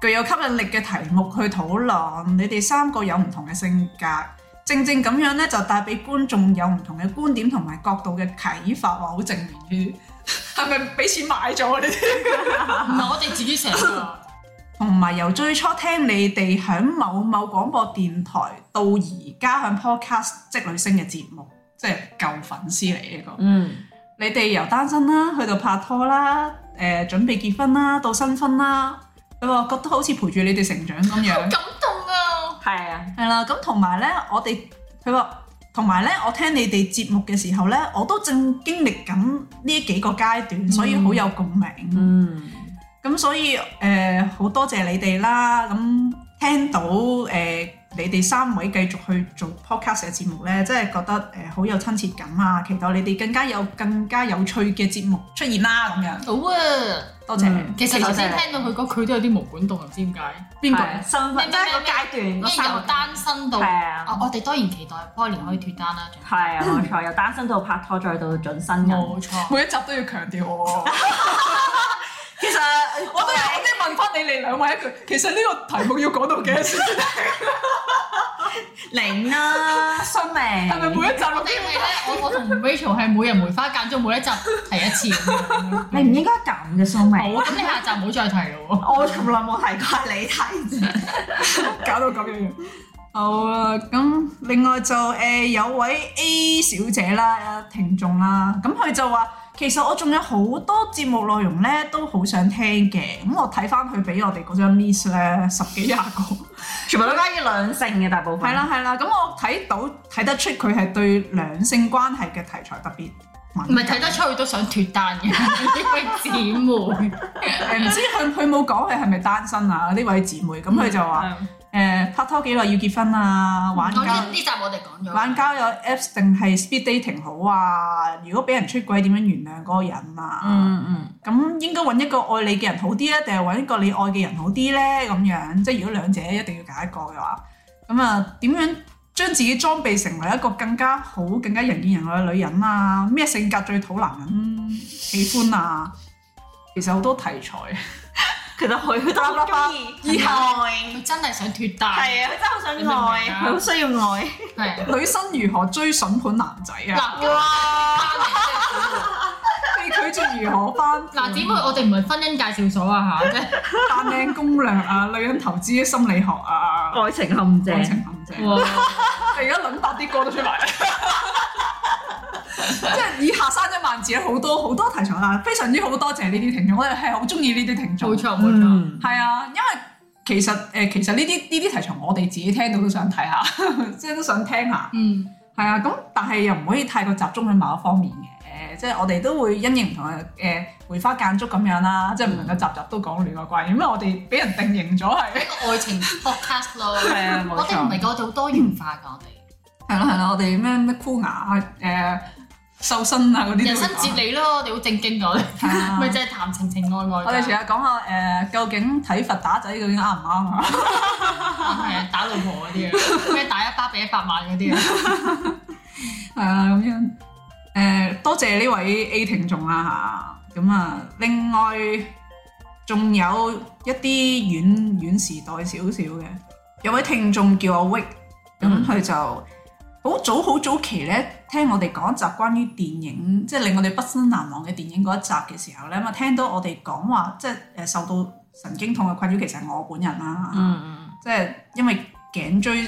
Speaker 3: 具有吸引力嘅題目去討論。你哋三個有唔同嘅性格，正正咁樣呢，就帶俾觀眾有唔同嘅觀點同埋角度嘅啟發，話好正面呢啲，係咪俾錢買咗呢啲？啊
Speaker 1: 唔係我哋自己成 個。
Speaker 3: 同埋由最初聽你哋響某某廣播電台到而家響 podcast 職女星嘅節目，即係舊粉絲嚟呢個。
Speaker 2: 嗯，
Speaker 3: 你哋由單身啦，去到拍拖啦，誒、準備結婚啦，到新婚啦，佢話覺得好似陪住你哋成長咁樣。
Speaker 1: 感動啊！
Speaker 2: 係啊，
Speaker 3: 係啦，咁同埋咧，我哋佢話。同埋咧，我聽你哋節目嘅時候咧，我都正經歷緊呢幾個階段，所以好有共鳴。
Speaker 2: 嗯，
Speaker 3: 咁所以誒好多謝你哋啦，咁聽到誒、呃你哋三位繼續去做 podcast 嘅節目咧，真係覺得誒好、有親切感啊！期待你哋更加有更加有趣嘅節目出現啦，咁樣
Speaker 1: 好啊！
Speaker 3: 多謝
Speaker 2: 嗯
Speaker 1: 其實頭先
Speaker 2: 其實
Speaker 1: 聽到佢講，佢都有啲毛管動，唔知點解，
Speaker 3: 邊個？
Speaker 2: 係身
Speaker 1: 咩
Speaker 2: 份即係個階段，
Speaker 1: 因
Speaker 2: 個
Speaker 1: 為
Speaker 2: 三個
Speaker 1: 由
Speaker 2: 階段
Speaker 1: 單身到，
Speaker 2: 係
Speaker 1: 啊
Speaker 2: 啊，
Speaker 1: 我哋當然期待 Poly 可以脱單啦，仲
Speaker 2: 係啊，冇錯，由單身到拍拖，再到準新人。
Speaker 1: 冇錯。
Speaker 3: 每一集都要強調 喎。其實 我都有我都要問翻你哋兩位一句，其實呢個題目要講到幾多先？
Speaker 2: 零啦，新明
Speaker 3: 係咪每一集
Speaker 1: 我
Speaker 3: 錄
Speaker 1: 哋係咧，我我同 Rachel 係每人梅花間中每一集提一次咁樣。
Speaker 2: 你唔應該咁嘅，蘇明。
Speaker 1: 好，咁你下集唔好再提咯
Speaker 2: 我從來冇提過係你提字。
Speaker 3: 搞到咁樣樣。好啦，咁另外就誒、呃有位 A 小姐啦，聽眾啦，咁佢就話其實我仲有好多節目內容咧都好想聽嘅，咁我睇翻佢俾我哋嗰張 list 咧十幾廿個，
Speaker 2: 全部都關於兩性嘅大部分。
Speaker 3: 係，啦係啦，咁我睇到睇得出佢係對兩性關係嘅題材特別
Speaker 1: 喎。唔
Speaker 3: 敏感，
Speaker 1: 係睇得出佢都想脱單 嘅呢位姊妹。
Speaker 3: 誒唔知佢佢冇講佢係咪單身啊呢位姊妹，咁佢就話誒、
Speaker 2: 啊
Speaker 3: 拍拖幾耐要結婚啊，嗯玩
Speaker 1: 講
Speaker 3: 交
Speaker 1: 呢。呢集我哋講咗。
Speaker 3: 玩交友 Apps 定係 speed dating 好啊？如果俾人出軌點樣原諒嗰個人啊？
Speaker 2: 嗯嗯，
Speaker 3: 咁、應該揾一個愛你嘅人好啲啊，定係揾一個你愛嘅人好啲呢？咁樣即係如果兩者一定要揀一個嘅話，咁啊點樣將自己裝備成為一個更加好、更加人見人愛嘅女人啊？咩性格最討男人喜歡啊？其實好多題材，
Speaker 2: 其實佢都好中意
Speaker 1: 以後
Speaker 2: 愛，
Speaker 1: 佢真係想脱單。
Speaker 2: 係啊，佢真係好想
Speaker 1: 你明唔明啊
Speaker 2: 愛，佢好需要愛。
Speaker 1: 係。
Speaker 3: 女生如何追筍盤男仔啊？
Speaker 1: 嗱，
Speaker 2: 哇！
Speaker 3: 被拒絕如何翻盤
Speaker 1: 嗱，姊妹，我哋唔係婚姻介紹所啊嚇，即係
Speaker 3: 扮靚攻略啊，女人投資心理學啊，
Speaker 2: 愛情陷
Speaker 3: 愛
Speaker 2: 阱。
Speaker 3: 情陷阱。
Speaker 1: 哇
Speaker 3: 你而家諗白啲歌都出埋， 即係以下山一萬字好多好多題材啦，非常之好多謝呢啲聽眾，我哋係好中意呢啲聽眾。
Speaker 1: 冇錯冇錯。
Speaker 2: 嗯
Speaker 3: 係啊，因為其實誒、其實呢啲呢啲題材我哋自己聽到都想睇下， 即係都想聽下。
Speaker 1: 嗯，
Speaker 3: 係啊，咁但係又唔可以太過集中喺某一方面嘅，即係我哋都會因應唔同嘅誒梅花間竹咁樣啦，即係唔能夠集集都講戀愛關係，因為我哋俾人定型咗係。
Speaker 1: 一個愛情 podcast 咯。
Speaker 2: 係啊，冇
Speaker 1: 我哋唔係㗎，我哋好多元化㗎，我哋
Speaker 3: 係咯係咯，我哋咩咩箍牙啊誒瘦身啊嗰啲都會講，
Speaker 1: 人生哲理咯，我哋好正經㗎，我哋
Speaker 3: 係啊
Speaker 1: 咪就係談情情愛愛㗎。
Speaker 3: 我哋成日講下誒，究竟體罰打仔究竟啱唔啱啊？
Speaker 1: 係啊，打老婆嗰啲啊，咩打一巴俾一百萬嗰啲啊，
Speaker 3: 係啊，咁樣誒，多謝呢位 A 聽眾啦嚇。咁啊，另外仲有一啲遠遠時代少少嘅，有位聽眾叫我 Wick，咁
Speaker 2: 嗯
Speaker 3: 佢就好早好早期咧，聽我哋講一集關於電影，即係令我哋畢生難忘嘅電影嗰一集嘅時候咧，咁啊聽到我哋講話，即係誒受到神經痛嘅困擾，其實係我本人啦。
Speaker 2: 嗯
Speaker 3: 即係因為頸椎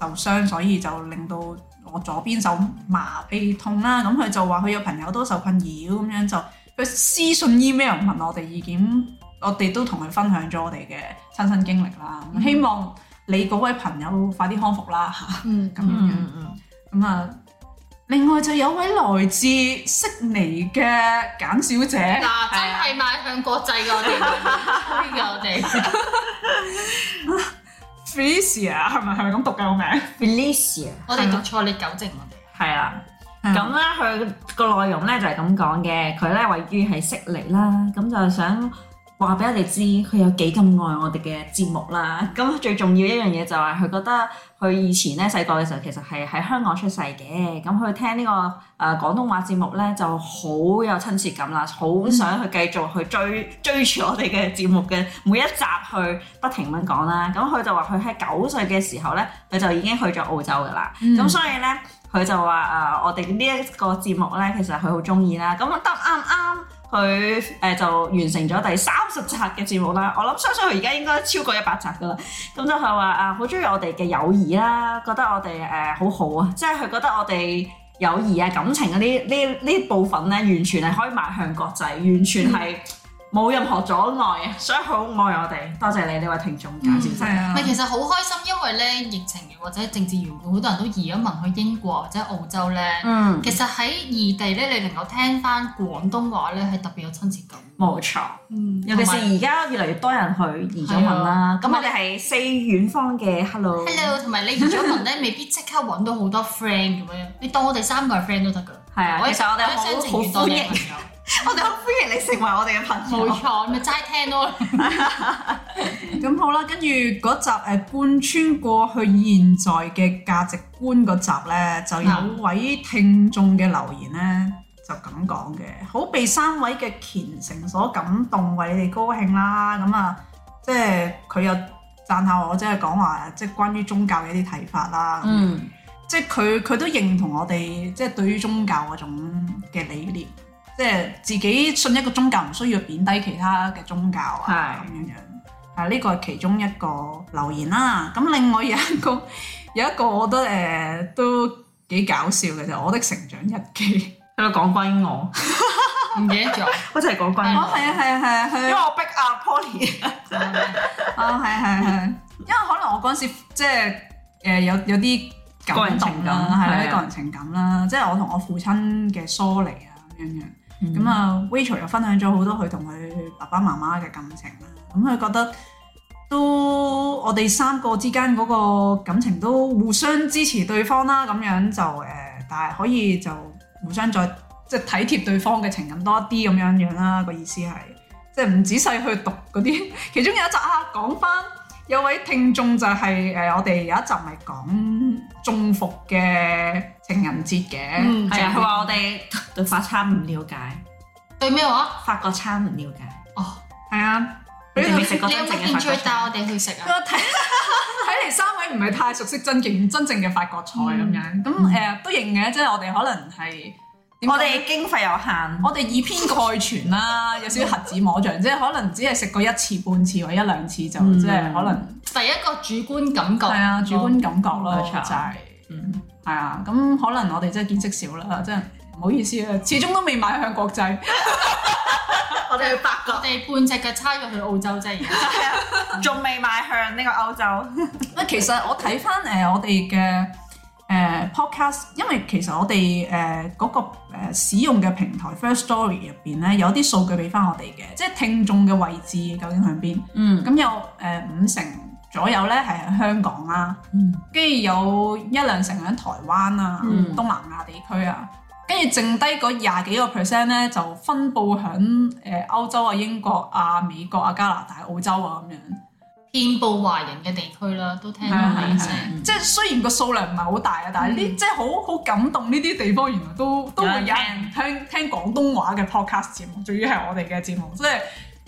Speaker 3: 受傷，所以就令到我左邊手麻痹痛啦。咁佢就話佢有朋友都受困擾咁樣就，佢私信 email 問我哋意見，我哋都同佢分享咗我哋嘅親身經歷啦。咁希望你嗰位朋友快啲康復啦，
Speaker 1: 嗯
Speaker 3: 咁
Speaker 2: 嗯
Speaker 3: 樣樣。
Speaker 2: 嗯嗯，
Speaker 3: 咁啊，另外就有位來自悉尼嘅簡小姐。
Speaker 1: 嗱，真係邁向國際㗎，我哋呢個我哋
Speaker 3: Felicia 係咪係咪咁讀嘅個名？
Speaker 2: Felicia
Speaker 1: 我哋讀錯，你糾正我哋。
Speaker 2: 係啦。
Speaker 3: 啊
Speaker 2: 咁咧，佢個內容咧就係咁講嘅，佢咧位於係悉尼啦，咁就想話俾我哋知佢有幾咁愛我哋嘅節目啦。 咁最重要一樣嘢就係佢覺得佢以前咧細個嘅時候其實係喺香港出世嘅，咁佢聽呢、個誒、呃、廣東話節目咧就好有親切感啦，好想去繼續去追追住我哋嘅節目嘅每一集去不停咁樣講啦。咁佢就話佢喺九歲嘅時候咧，佢就已經去咗澳洲噶啦。
Speaker 3: 嗯
Speaker 2: 咁、所以咧，佢就話誒、呃我哋呢一個節目咧，其實佢好中意啦。咁得啱啱佢誒就完成咗第三十集嘅節目啦。 我諗相信佢而家應該超過一百集噶啦。咁就佢話啊，好中意我哋嘅友誼啦，覺得我哋誒、呃好好啊，即係佢覺得我哋。友啊誼啊、感情嗰啲呢呢部分咧，完全係可以邁向國際，完全係冇任何阻礙，啊所以好愛我哋。多謝你呢位聽眾介紹先。
Speaker 3: 係啊
Speaker 1: 咪其實好開心，因為咧疫情或者政治緣故，好多人都移咗民去英國或者澳洲咧。
Speaker 2: 嗯，
Speaker 1: 其實喺異地咧，你能夠聽翻廣東話咧，係特別有親切感。
Speaker 2: 冇錯。
Speaker 1: 嗯
Speaker 2: 尤其是而家越嚟越多人去移咗民啦，咁
Speaker 1: 係啊
Speaker 2: 我哋係四遠方嘅 hello。
Speaker 1: Hello，同埋你移咗民咧，未必即刻揾到好多 friend 咁樣。你當我哋三個係 friend 都得㗎。
Speaker 2: 係啊
Speaker 1: 我
Speaker 2: 其實我哋好
Speaker 1: 一廂情願
Speaker 2: 好
Speaker 1: 當
Speaker 2: 歡
Speaker 1: 你係
Speaker 2: 迎
Speaker 1: 朋 友。
Speaker 2: 我哋好歡迎你成為我哋嘅朋
Speaker 1: 冇
Speaker 2: 友。
Speaker 1: 錯，咪齋聽咯。
Speaker 3: 咁好啦，跟住嗰集誒貫穿過去現在嘅價值觀嗰集呢，就有位聽眾嘅留言呢，就咁講嘅，好被三位嘅虔誠所感動，為你哋高興啦。咁啊，即係佢又讚下我，即係講話即係關於宗教嘅一啲睇法啦。
Speaker 2: 嗯，
Speaker 3: 即係佢佢都認同我哋即係對於宗教嗰種嘅理念，即係自己信一個宗教唔需要貶低其他嘅宗教啊
Speaker 2: 係
Speaker 3: 咁樣樣。啊，呢個係其中一個留言啦。咁另外有一個 有一個我覺得誒、呃都幾搞笑嘅就係我的成長日記。
Speaker 2: 喺度講關於我，
Speaker 1: 唔記得咗。
Speaker 2: 我就係講關於
Speaker 3: 哦，
Speaker 2: 我，
Speaker 3: 係啊，係啊，係啊，
Speaker 2: 因
Speaker 3: 係
Speaker 2: 為
Speaker 3: 啊。
Speaker 2: 我逼阿 Poly。
Speaker 1: Ờ.
Speaker 3: 啊，係係係，因為可能我嗰陣時即係誒、呃有有啲
Speaker 2: 個
Speaker 3: 感
Speaker 2: 人
Speaker 3: 動
Speaker 2: 情感
Speaker 3: 啦，係啦
Speaker 2: 係啊
Speaker 3: 個人情感啦，即係我同我父親嘅疏離啊咁樣樣。
Speaker 2: 嗯
Speaker 3: 咁啊，Rachel 又分享咗好多佢同佢爸爸媽媽嘅感情啦。咁佢覺得都我哋三個之間嗰個感情都互相支持對方啦，咁樣就誒、呃但係可以就互相再即係體貼對方嘅情感多啲咁樣樣啦。個意思係即係唔仔細去讀嗰啲， 其中有一集啊講翻。有位聽眾就係、誒、我哋有一集咪講中伏嘅情人節嘅，
Speaker 1: 嗯
Speaker 2: 係啊，佢話我哋 對法餐唔了解，
Speaker 1: 對咩話？
Speaker 2: 法國餐唔了解，
Speaker 1: 哦，
Speaker 3: 係啊，俾
Speaker 2: 你哋
Speaker 3: 佢
Speaker 2: 未食過
Speaker 1: 你有
Speaker 2: 真正
Speaker 1: 冇
Speaker 2: 嘅
Speaker 1: 興
Speaker 2: 法國
Speaker 1: 趣帶我
Speaker 2: 餐？
Speaker 1: 哋去食啊？
Speaker 3: 我睇 睇嚟三位唔係太熟悉真正真正嘅法國菜
Speaker 2: 嗯
Speaker 3: 咁樣，咁誒、都認嘅，即係我哋可能係點講
Speaker 2: 我哋經費有限，
Speaker 3: 我哋以偏概全 啦，有少少瞎子摸象，即係可能只係食過一次半次或者一兩次就、
Speaker 2: 嗯哦
Speaker 3: 即係可能
Speaker 1: 第一個主觀感覺。
Speaker 3: 係啊主觀感覺咯，
Speaker 2: 冇
Speaker 3: 就
Speaker 2: 錯
Speaker 3: 係
Speaker 2: 嗯
Speaker 3: 係啊，咁可能我哋真係見識少啦，真係唔好意思啊，始終都未邁向國際。
Speaker 2: 我哋去法
Speaker 1: 我哋半隻嘅差咗去澳洲啫，而家。
Speaker 2: 國，啊仲未邁向呢個歐洲。
Speaker 3: 喂，其實我睇翻誒我哋嘅誒 podcast，因為其實我哋誒嗰個呃使用嘅平台 First Story 入邊咧，有啲數據俾翻我哋嘅，即係聽眾嘅位置究竟喺邊？
Speaker 2: 嗯
Speaker 3: 咁有誒、呃五成左右咧係喺香港啦，
Speaker 2: 嗯
Speaker 3: 跟住有一兩成喺台灣啊、
Speaker 2: 嗯
Speaker 3: 東南亞地區啊，跟住剩低嗰廿幾個 percent 咧就分佈喺誒歐洲啊、英國啊、美國啊、加拿大、澳洲啊咁樣。
Speaker 1: 遍佈華人嘅地區啦，都聽
Speaker 3: 係
Speaker 1: 到
Speaker 3: 啊係啊
Speaker 1: 你嘅
Speaker 3: 係啊
Speaker 1: 聲。
Speaker 3: 即係雖然個數量唔係好大啊，但係呢即係好好感動呢啲地方，原來都都會有人聽聽廣東話嘅 podcast 節目，仲要係我哋嘅節目。即係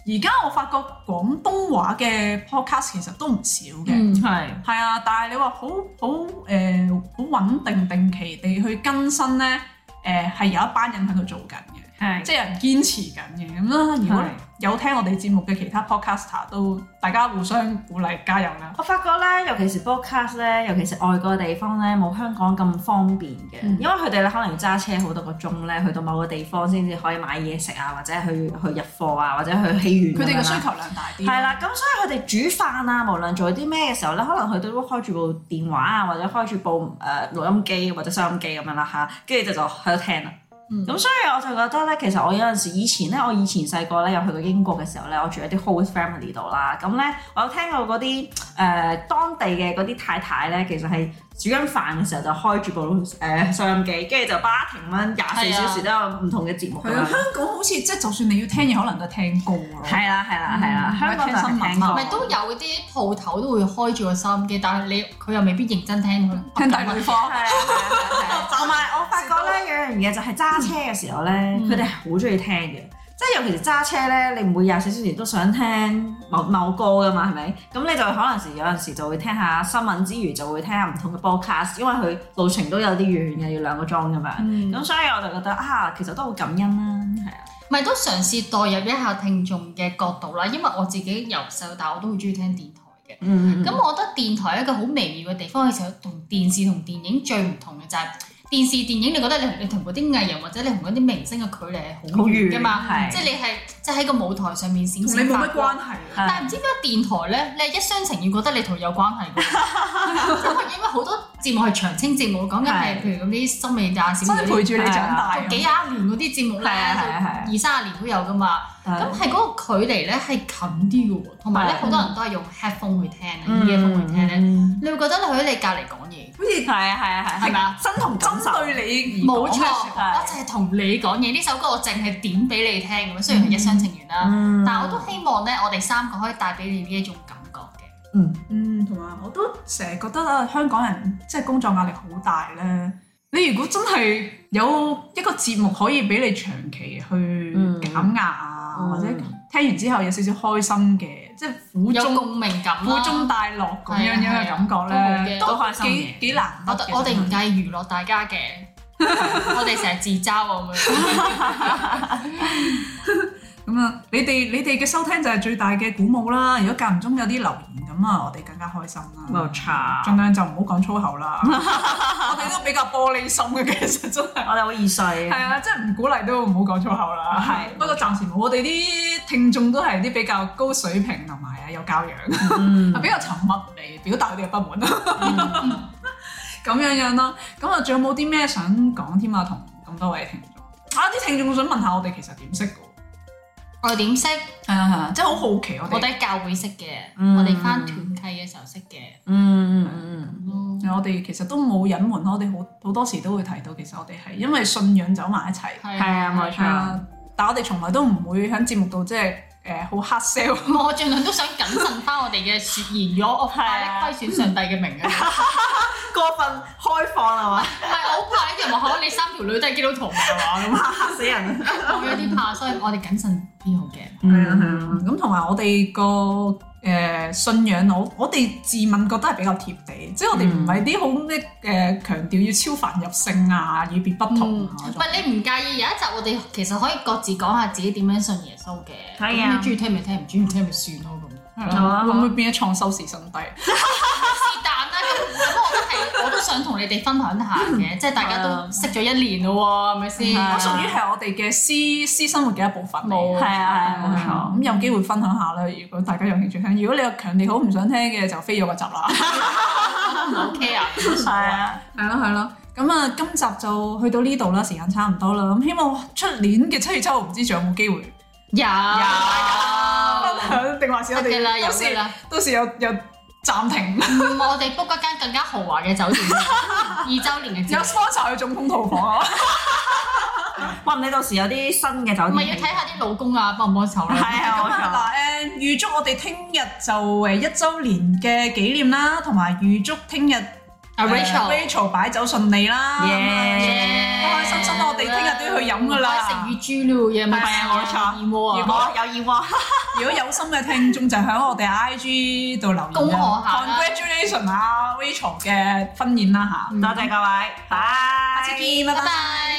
Speaker 3: 而家我發覺廣東話嘅 podcast 其實都唔少嘅，
Speaker 1: 嗯
Speaker 2: 係。
Speaker 3: 係啊、但係你話好好誒好穩定定期地去更新咧，誒、係有一班人喺度做緊嘅。
Speaker 2: 係
Speaker 3: 即係有人堅持緊嘅咁啦，如果
Speaker 2: 係
Speaker 3: 有聽我哋節目嘅其他 podcaster 都，大家互相鼓勵加油啦！
Speaker 2: 我發覺咧，尤其是 broadcast 咧，尤其是外國地方咧，冇香港咁方便嘅，
Speaker 3: 嗯
Speaker 2: 因為佢哋咧可能要揸車好多個鐘咧，去到某個地方先至可以買嘢食啊，或者去去入貨啊，或者去戲院咁
Speaker 3: 佢
Speaker 2: 樣啦。
Speaker 3: 哋嘅需求量大啲。
Speaker 2: 係啦，咁所以佢哋煮飯啊，無論做啲咩嘅時候咧，可能佢哋都開住部電話啊，或者開住部誒錄音機或者收音機咁樣啦吓，跟住就就喺度聽啦。
Speaker 1: 嗯
Speaker 2: 咁、所以我就覺得咧，其實我有陣時以前咧，我以前細個咧有去過英國嘅時候咧，我住喺啲 host family 度啦。咁咧，我有聽過嗰啲誒當地嘅嗰啲太太咧，其實係煮緊飯嘅時候就開住部誒、呃收音機，跟住就不停咁樣廿
Speaker 1: 係啊
Speaker 2: 四小時都有唔同嘅節目咁
Speaker 3: 係啊，
Speaker 2: 樣。
Speaker 3: 香港好似即係就算你要聽嘢，可能都係聽歌咯。
Speaker 2: 係啦係啦係啦，
Speaker 3: 嗯
Speaker 2: 香港就
Speaker 3: 聽新
Speaker 2: 係
Speaker 3: 聞
Speaker 2: 聽
Speaker 3: 啊
Speaker 2: 歌
Speaker 1: 咪都有啲鋪頭都會開住個收音機，但係你佢又未必認真聽佢。
Speaker 3: 聽大女
Speaker 2: 係啊係啊
Speaker 3: 方，
Speaker 2: 係啊同埋我發覺咧有樣嘢就係揸車嘅時候咧，佢哋係好中意聽嘅。即係尤其是揸車咧，你唔會廿四小時都想聽某某歌噶嘛，係咪？咁你就可能時有陣時就會聽下新聞之餘，就會聽下唔同嘅 podcast，因為佢路程都有啲遠嘅，要兩個鐘咁樣。
Speaker 3: 嗯
Speaker 2: 咁所以我就覺得啊，其實都好感恩啦，係啊，
Speaker 1: 咪都嘗試代入一下聽眾嘅角度啦，因為我自己由細到大我都好中意聽電台嘅。
Speaker 2: 嗯
Speaker 1: 咁我覺得電台一個好微妙嘅地方，佢就同電視同電影最唔同嘅就係、電視電影，你覺得你你同嗰啲藝人或者你同嗰啲明星嘅距離係好
Speaker 2: 好
Speaker 1: 遠
Speaker 2: 遠
Speaker 1: 㗎嘛？
Speaker 2: 係
Speaker 1: 即係你係即係喺個舞台上面閃
Speaker 3: 同你
Speaker 1: 閃
Speaker 3: 冇
Speaker 1: 發
Speaker 3: 乜
Speaker 1: 光。
Speaker 3: 關係啊。
Speaker 1: 但係唔知點解電台咧，你係一廂情願覺得你同佢有關係 㗎，因為因為好多節目係長青節目，講緊係
Speaker 2: 係
Speaker 1: 譬如嗰啲心理啊、小
Speaker 3: 真係陪住你長大啊
Speaker 1: 做幾廿年嗰啲節目咧，
Speaker 2: 係啊係啊係啊
Speaker 1: 二三十年都有㗎嘛。咁係嗰個距離咧係近啲嘅喎，同埋咧
Speaker 2: 係嗯
Speaker 1: 好多人都係用 headphone 去聽啊，earphone 去聽咧，你會覺得你喺你隔離講嘢，
Speaker 3: 好似
Speaker 2: 係啊係啊係
Speaker 1: 係咪
Speaker 2: 啊，
Speaker 1: 啊？
Speaker 2: 真同感受
Speaker 3: 針對你而
Speaker 1: 冇錯，
Speaker 3: 講嘅
Speaker 1: 我就係同你講嘢，呢首歌我淨係點俾你聽咁樣，雖然係一廂情願啦，啊
Speaker 2: 嗯
Speaker 1: 但我都希望咧，我哋三個可以帶俾你呢一種感覺嘅。
Speaker 3: 嗯，同埋我都成日覺得啊，香港人即係工作壓力好大咧。你如果真係有一個節目可以俾你長期去
Speaker 2: 嗯
Speaker 3: 減壓啊，
Speaker 2: 嗯
Speaker 3: 或者聽完之後有少少開心嘅，即係苦
Speaker 1: 有
Speaker 3: 中
Speaker 1: 共鳴感
Speaker 3: 苦
Speaker 1: 啦。
Speaker 3: 中帶樂咁樣樣嘅感
Speaker 1: 係啊係啊
Speaker 3: 覺咧，
Speaker 2: 啊都開心
Speaker 3: 幾
Speaker 2: 嘅
Speaker 3: 幾難
Speaker 1: 我
Speaker 3: 得嘅
Speaker 1: 哋我哋唔介意娛樂大家嘅， 我哋成日自嘲咁樣。
Speaker 3: 咁啊，你哋你哋嘅收聽就係最大嘅鼓舞啦。如果間唔中有啲留言咁啊，我哋更加開心啦。
Speaker 2: 冇錯
Speaker 3: 盡量就唔好講粗口 啦。我哋都比較玻璃心嘅，其實真係。
Speaker 2: 我哋好易碎，
Speaker 3: 係啊，即係唔鼓勵都唔好講粗口啦。
Speaker 2: 係
Speaker 3: 不過暫時冇我哋啲聽眾都係啲比較高水平同埋啊有教養，
Speaker 2: 嗯
Speaker 3: 比較沉默嚟表達佢哋嘅不滿 啦。咁樣樣啦，咁啊，仲有冇啲咩想講添啊？同咁多位聽眾啊，啲聽眾想問下我哋其實點識嘅喎？
Speaker 1: 我哋點識？
Speaker 3: 係啊係啊，即係好好奇我
Speaker 1: 我
Speaker 3: 哋。
Speaker 1: 哋喺教會識嘅，
Speaker 2: 嗯
Speaker 1: 我哋翻團契嘅時候識嘅。
Speaker 2: 嗯嗯嗯
Speaker 1: 咯，
Speaker 3: 我哋其實都冇隱瞞，我哋好好多時都會提到，其實我哋係因為信仰走埋一齊，
Speaker 1: 係
Speaker 2: 嗯，係啊冇
Speaker 3: 係
Speaker 2: 錯，
Speaker 3: 啊，但我哋從來都唔會喺節目度即係誒好 hard sell，
Speaker 1: 咁我盡量都想謹慎翻我哋嘅説言，如果我怕咧虧損上帝嘅名啊！
Speaker 2: 過分開放啊係嘛，
Speaker 1: 唔係我好怕呢啲人話，可能你三條女都係基督徒嘅話咁，
Speaker 2: 嚇死人，
Speaker 1: 我有啲怕，所以我哋謹慎啲好嘅。
Speaker 2: 嗯
Speaker 3: 係啊係啊，咁同埋我哋個誒信仰，我我哋自問覺得係比較貼地，即係我哋唔係啲好咩誒強調要超凡入聖啊，與別不同
Speaker 1: 嗯
Speaker 3: 啊，嗰
Speaker 1: 唔
Speaker 3: 種
Speaker 1: 係你唔介意有一集我哋其實可以各自講下自己點樣信耶穌嘅。
Speaker 2: 係啊
Speaker 1: 咁你中意聽咪聽，唔中意聽咪算咯咁。
Speaker 3: 係
Speaker 2: 好
Speaker 3: 啊，
Speaker 2: 啊好啊
Speaker 3: 會唔會變咗創收時新低？
Speaker 1: 是但啦，咁咁我都係我都想同你哋分享下嘅，即係大家都識咗一年咯喎，係咪先？
Speaker 2: 係啊
Speaker 3: 我屬於係我哋嘅私私生活嘅一部分嚟
Speaker 1: 冇
Speaker 3: 嘅。
Speaker 2: 係啊係啊冇錯。
Speaker 3: 咁有機會分享下啦，如果大家有興趣聽。如果你有強烈好唔想聽嘅，就飛咗個集啦。
Speaker 1: OK 啊，
Speaker 2: 係啊，
Speaker 3: 係咯係咯。咁啊，今集就去到呢度啦，時間差唔多啦。咁希望出年嘅七月七號，唔知仲有冇機會
Speaker 1: 有
Speaker 3: 分享， 定還是我
Speaker 1: 得嘅
Speaker 3: 哋
Speaker 1: 啦，有
Speaker 3: 到
Speaker 1: 嘅
Speaker 3: 時
Speaker 1: 啦。
Speaker 3: 到時有有暫停，
Speaker 1: 嗯，我哋 book 一間更加豪華嘅酒店， 二週年嘅
Speaker 3: 有
Speaker 1: 節目，
Speaker 3: sponsor 去總統套房啊。
Speaker 2: 哇唔你到時有啲新嘅酒店，
Speaker 1: 咪要睇下啲老公啊幫唔幫手啦。
Speaker 2: 係
Speaker 3: 咁
Speaker 2: 啊
Speaker 3: 啊嗱誒，預祝我哋聽日就誒一週年嘅紀念啦，同埋預祝聽日。
Speaker 1: 啊 Rachel，
Speaker 3: Rachel 擺酒順利啦，啊
Speaker 2: Yeah
Speaker 3: 開開心心啦，我哋聽日都要去飲噶啦。
Speaker 1: 食乳豬了，夜晚
Speaker 3: 係啊冇錯
Speaker 1: 二鍋
Speaker 2: 冇錯，
Speaker 1: 啊
Speaker 2: 如。果有燕窩，
Speaker 3: 如果有心嘅聽眾就喺我哋 IG 度留言啊
Speaker 1: 恭賀
Speaker 3: 啦
Speaker 1: 下啦
Speaker 3: Congratulations 啊 Rachel 嘅婚宴啦嚇，
Speaker 1: 嗯
Speaker 2: 多謝各位，拜，
Speaker 3: 下次見，拜
Speaker 1: 拜
Speaker 3: 拜。
Speaker 1: 拜。